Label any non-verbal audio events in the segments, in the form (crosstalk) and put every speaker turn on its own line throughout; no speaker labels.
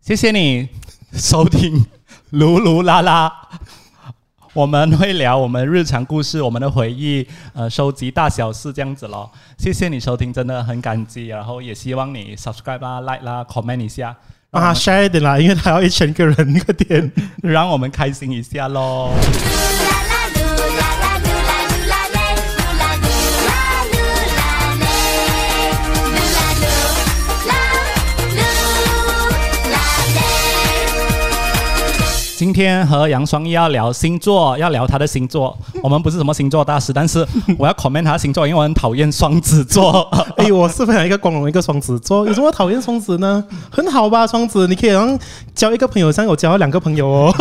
谢谢你收听 (laughs) 噜噜啦啦。我们会聊我们日常故事、我们的回忆，呃，收集大小事这样子咯。谢谢你收听，真的很感激。然后也希望你 subscribe 啦、like 啦、comment 一下，
帮他啊 share 一点啦，因为他要一千个人那个点。
(laughs) 让我们开心一下喽。今天和杨双一要聊星座，要聊他的星座。我们不是什么星座大师，但是我要 comment 他的星座，因为我很讨厌双子座。
哎，我是分享一个光荣一个双子座，有什么讨厌双子呢？很好吧，双子，你可以让交一个朋友，像我交了两个朋友哦。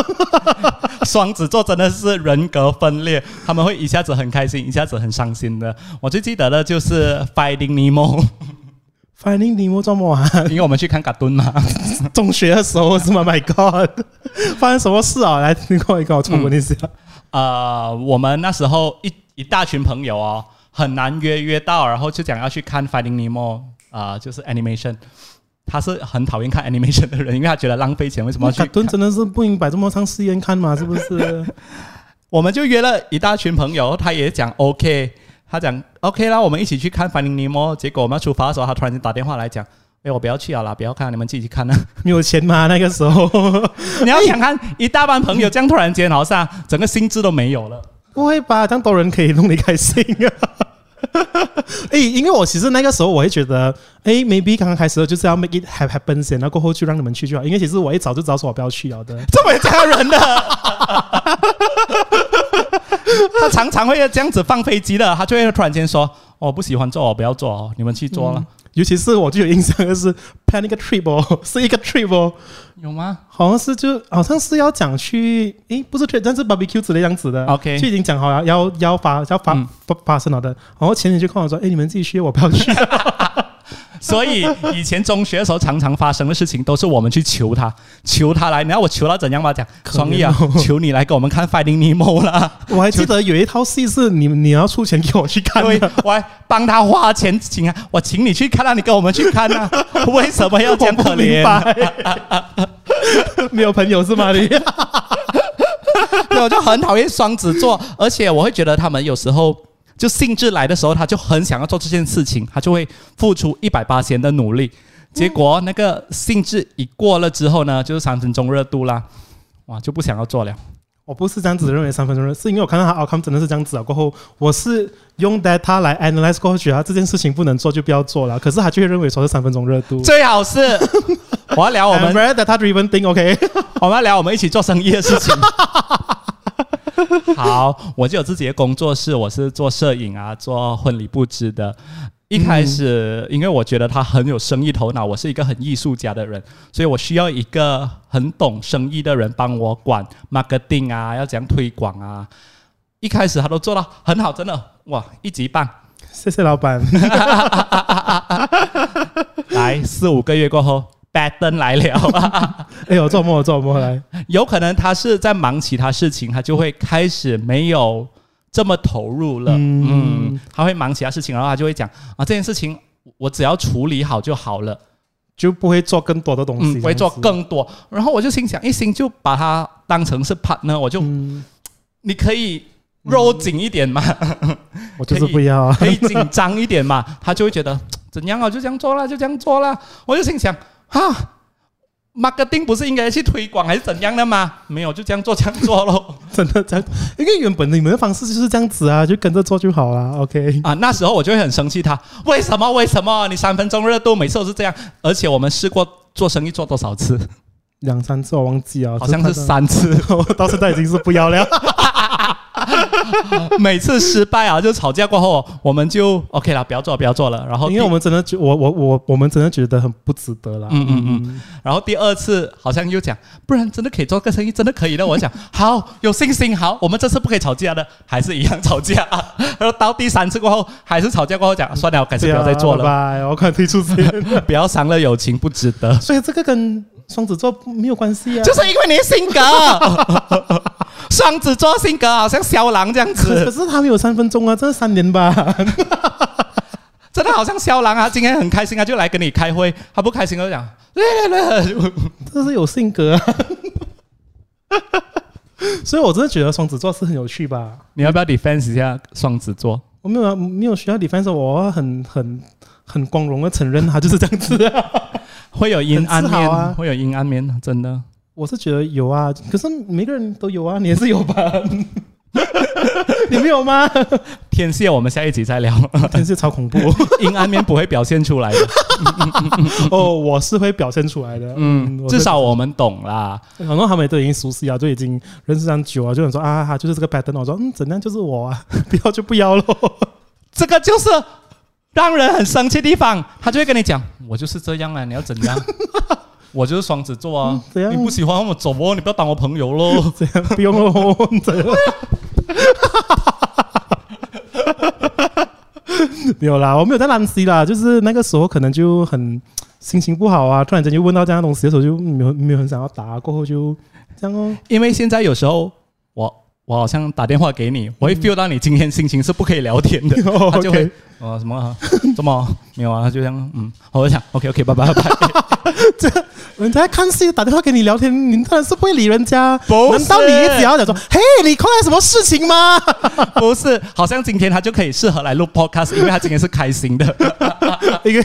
(laughs)
双子座真的是人格分裂，他们会一下子很开心，一下子很伤心的。我最记得的就是《Finding Nemo
，Finding Nemo 做么啊？》，
因为我们去看卡顿嘛。
中学的时候是吗？My (laughs) God，发生什么事啊？来，你跟我跟我重温一
嗯
下。
呃，我们那时候一一大群朋友哦，很难约约到，然后就讲要去看《Finding Nemo》啊、就是 animation。他是很讨厌看 animation 的人，因为他觉得浪费钱。为什么要去
卡顿真的是不明白这么上戏院看嘛？是不是？
我们就约了一大群朋友，他也讲 OK，他讲 OK 啦，我们一起去看《Finding Nemo》。结果我们要出发的时候，他突然间打电话来讲：“哎，我不要去了啦，不要看，你们自己去看 (laughs) 啦。
没有钱嘛？那个时候，
你要想看一大班朋友这样突然间，好像整个心智都没有了。
不会吧？这样多人可以弄你开心啊！ (laughs) 哎，因为我其实那个时候我会觉得，哎，maybe 刚刚开始的就是要 make it happen 先，然后过后就让你们去就好。因为其实我一早就知道说我不要去了的。
这么家人啊的， (laughs) 他常常会这样子放飞机的，他就会突然间说：“哦我、不喜欢做，我不要做，哦，你们去做了。
尤其是我就有印象，就是 plan 一个 trip 哦， (laughs) 是一个 trip 哦，
嗯有吗？
好像是就好像是要讲去，诶，不是 trip，但是 barbecue 之类样子的。
OK
就已经讲好了，要要发要发、
嗯
发发生了的。然后前几就跟我说，哎，你们自己去，我不要
(laughs)
去。
所以以前中学的时候，常常发生的事情都是我们去求他，求他来。你要我求到怎样嘛？讲
可怜
双翼啊， (laughs) 求你来给我们看《Finding Nemo》啦。
我还记得有一套戏是你你要出钱给我去
(laughs)
看
对
的。，
我还帮他花钱请啊，我请你去看啊，你跟我们去看 (laughs) 啊，为什么要这样可
我不明
怜？
白， (laughs) 没有朋友是吗？你 (laughs)
对，我就很讨厌双子座，而且我会觉得他们有时候就兴致来的时候，他就很想要做这件事情，他就会付出一百八千的努力。结果那个兴致一过了之后呢，就是三分钟热度啦，哇，就不想要做了。
我不是这样子认为三分钟热，是因为我看到他 outcome 真的是这样子啊了。过后我是用 data 来 analyze 过后，觉得他这件事情不能做就不要做了。可是他就会认为说是三分钟热度。
最好是我要聊我
I'm
们，
very data driven thing OK。
我们要聊我们一起做生意的事情。好，我就有自己的工作室，我是做摄影啊，做婚礼布置的。一开始，因为我觉得他很有生意头脑，我是一个很艺术家的人，所以我需要一个很懂生意的人帮我管 marketing 啊，要怎样推广啊。一开始他都做到很好，真的哇，一级棒。
(laughs) 谢谢老板。
来四五个月过后 b a t t e n 来了，
哎呦，做梦做梦来。
有可能他是在忙其他事情，他就会开始没有这么投入了。嗯
嗯
他会忙其他事情，然后他就会讲啊，这件事情我只要处理好就好了，
就不会做更多的东西，
嗯，不会做
这样子。
更多。然后我就心想，一心就把他当成是 partner，我就、
嗯，
你可以肉紧一点嘛，
我就是不要啊。 (laughs)
可以紧张一点嘛，他就会觉得怎样啊，就这样做啦，就这样做啦。我就心想哈。marketing 不是应该去推广还是怎样的吗？没有，就这样做，这样做咯。
真的这样，因为原本你们的方式就是这样子啊，就跟着做就好啦。OK，
啊，那时候我就会很生气他，为什么？为什么？你三分钟热度每次都是这样，而且我们试过做生意做多少次，
两三次我忘记啊，
好像是
真的
三次， (laughs)
(laughs) 我到现在已经是不要了。
每次失败啊，就吵架过后，我们就 OK 了，不要做，不要做了。然后第，
因为我们真的觉，我我我我们真的觉得很不值得啦。
嗯嗯嗯，然后第二次好像又讲，不然真的可以做个生意，真的可以的。我讲好，有信心，好，我们这次不可以吵架的，还是一样吵架。啊 (laughs) 然后到第三次过后，还是吵架过后讲，算了，改次不要再做了，
吧，我快退出先。
不要伤了友情，不值得。
(laughs) 所以这个跟双子座没有关系啊，
(laughs) 就是因为你的性格， (laughs) 双子座性格好像肖郎这样 (laughs)
可可
子，
(laughs) 是他们有三分钟啊，这三年吧，
真的好像肖郎啊，今天很开心啊，就来跟你开会；他不开心就讲，来来来，
这是有性格啊。 (laughs) 所以，我真的觉得双子座是很有趣吧。
(laughs) 你要不要 defense 一下双子座？
我没有啊没有需要 defense，我很很很光荣的承认他就是这样子、啊。 (laughs)
会有阴暗
很自豪
面，
啊
会有阴暗 (laughs) 面，真的。
我是觉得有啊，可是每个人都有啊，你也是有吧？ (laughs) 你没有吗？ (laughs)
天蝎，我们下一集再聊。
真是超恐怖
阴暗面不会表现出来的， (laughs)
哦！我是会表现出来的，
嗯，
我
至
是
少我们懂啦。
很多他们都已经熟悉啊，都已经认识这样久啊，就想说啊，哈就是这个 pattern。我说嗯，怎样就是我啊， (laughs) 不要就不要咯。
(laughs) 这个就是让人很生气的地方，他就会跟你讲，我就是这样啊，你要怎 (laughs) 样？我就是双子座啊，
怎样
你不喜欢我走哦，你不要当我朋友喽。
这样不用咯，这
(laughs)
样。没有啦，我没有在烂 C 啦，就是那个时候可能就很心情不好啊，突然间就问到这样的东西的时候，就没有没有很想要答，过后就这样哦。
因为现在有时候我我好像打电话给你，我会 feel 到你今天心情是不可以聊天 (laughs) 的，
哦
他就会
OK
哦什么啊怎么没有啊？他就这样嗯，我就想 OK OK 拜拜拜拜，
人家看戏打电话给你聊天，你当然是不会理人家。
不是
难道你也只要讲说，嘿，你碰到什么事情吗？
(laughs)
(laughs)
不是，好像今天他就可以适合来录 podcast，因为他今天是开心的。
因为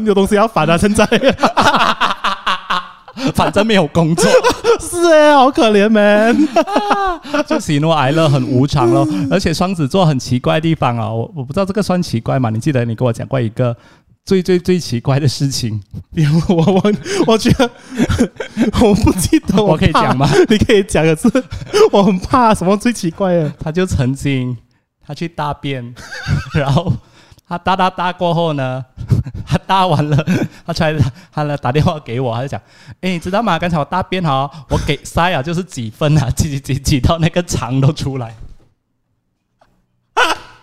(laughs) 有东西要烦啊，
(laughs)
现在
反正没有工作，
是哎、好可怜 man。
(laughs) 就喜怒哀乐很无常咯。而且双子座很奇怪的地方啊、我我不知道这个算奇怪吗？你记得你跟我讲过一个最最最奇怪的事情，
我我我觉得 (laughs) 我不记得我，
我可以讲吗？
(laughs) 你可以讲，可是我很怕什么最奇怪啊的。
他就曾经他去大便， (laughs) 然后他大大大过后呢， (laughs) 他大完了， (laughs) 他出来他来打电话给我，他就讲，哎，你知道吗？刚才我大便哈，我给塞啊，就是几分啊， (laughs) 挤挤挤挤到那个肠都出来。 (laughs)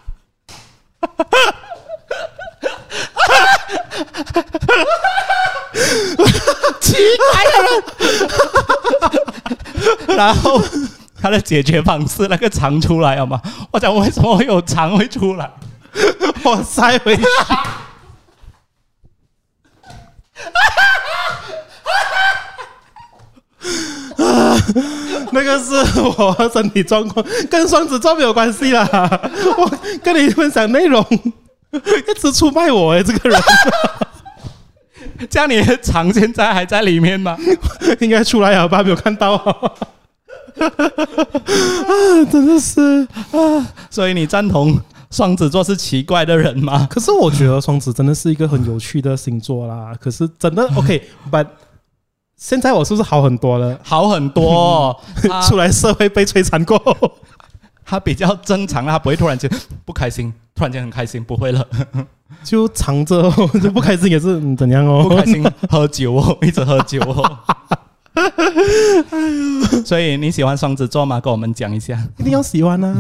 奇怪的人， (laughs) 然后他的解决方式那个肠出来了嘛？我讲为什么会有肠会出来？
(laughs) 我塞回去。那个是我身体状况，跟双子座没有关系啦。我跟你分享内容， (laughs) 一直出卖我哎、这个人
这样你的肠现在还在里面吗？
应该出来了吧？没有看到 (laughs) 啊，啊真的是。
所以你赞同双子座是奇怪的人吗？
可是我觉得双子真的是一个很有趣的星座啦。可是真的 OK，but 现在我是不是好很多了？
好很多、
(laughs)
哦，他
出来社会被摧残过后，
他比较正常啦，他不会突然间不开心，突然间很开心，不
(laughs)
会了，
(laughs) 就藏着哦 (laughs) 就不开心也是、嗯、怎样
不
哦
开。心喝酒哦，一直喝酒
(laughs)
哦。所以你喜欢双子座吗？跟我们讲一下。
一定要喜欢啊！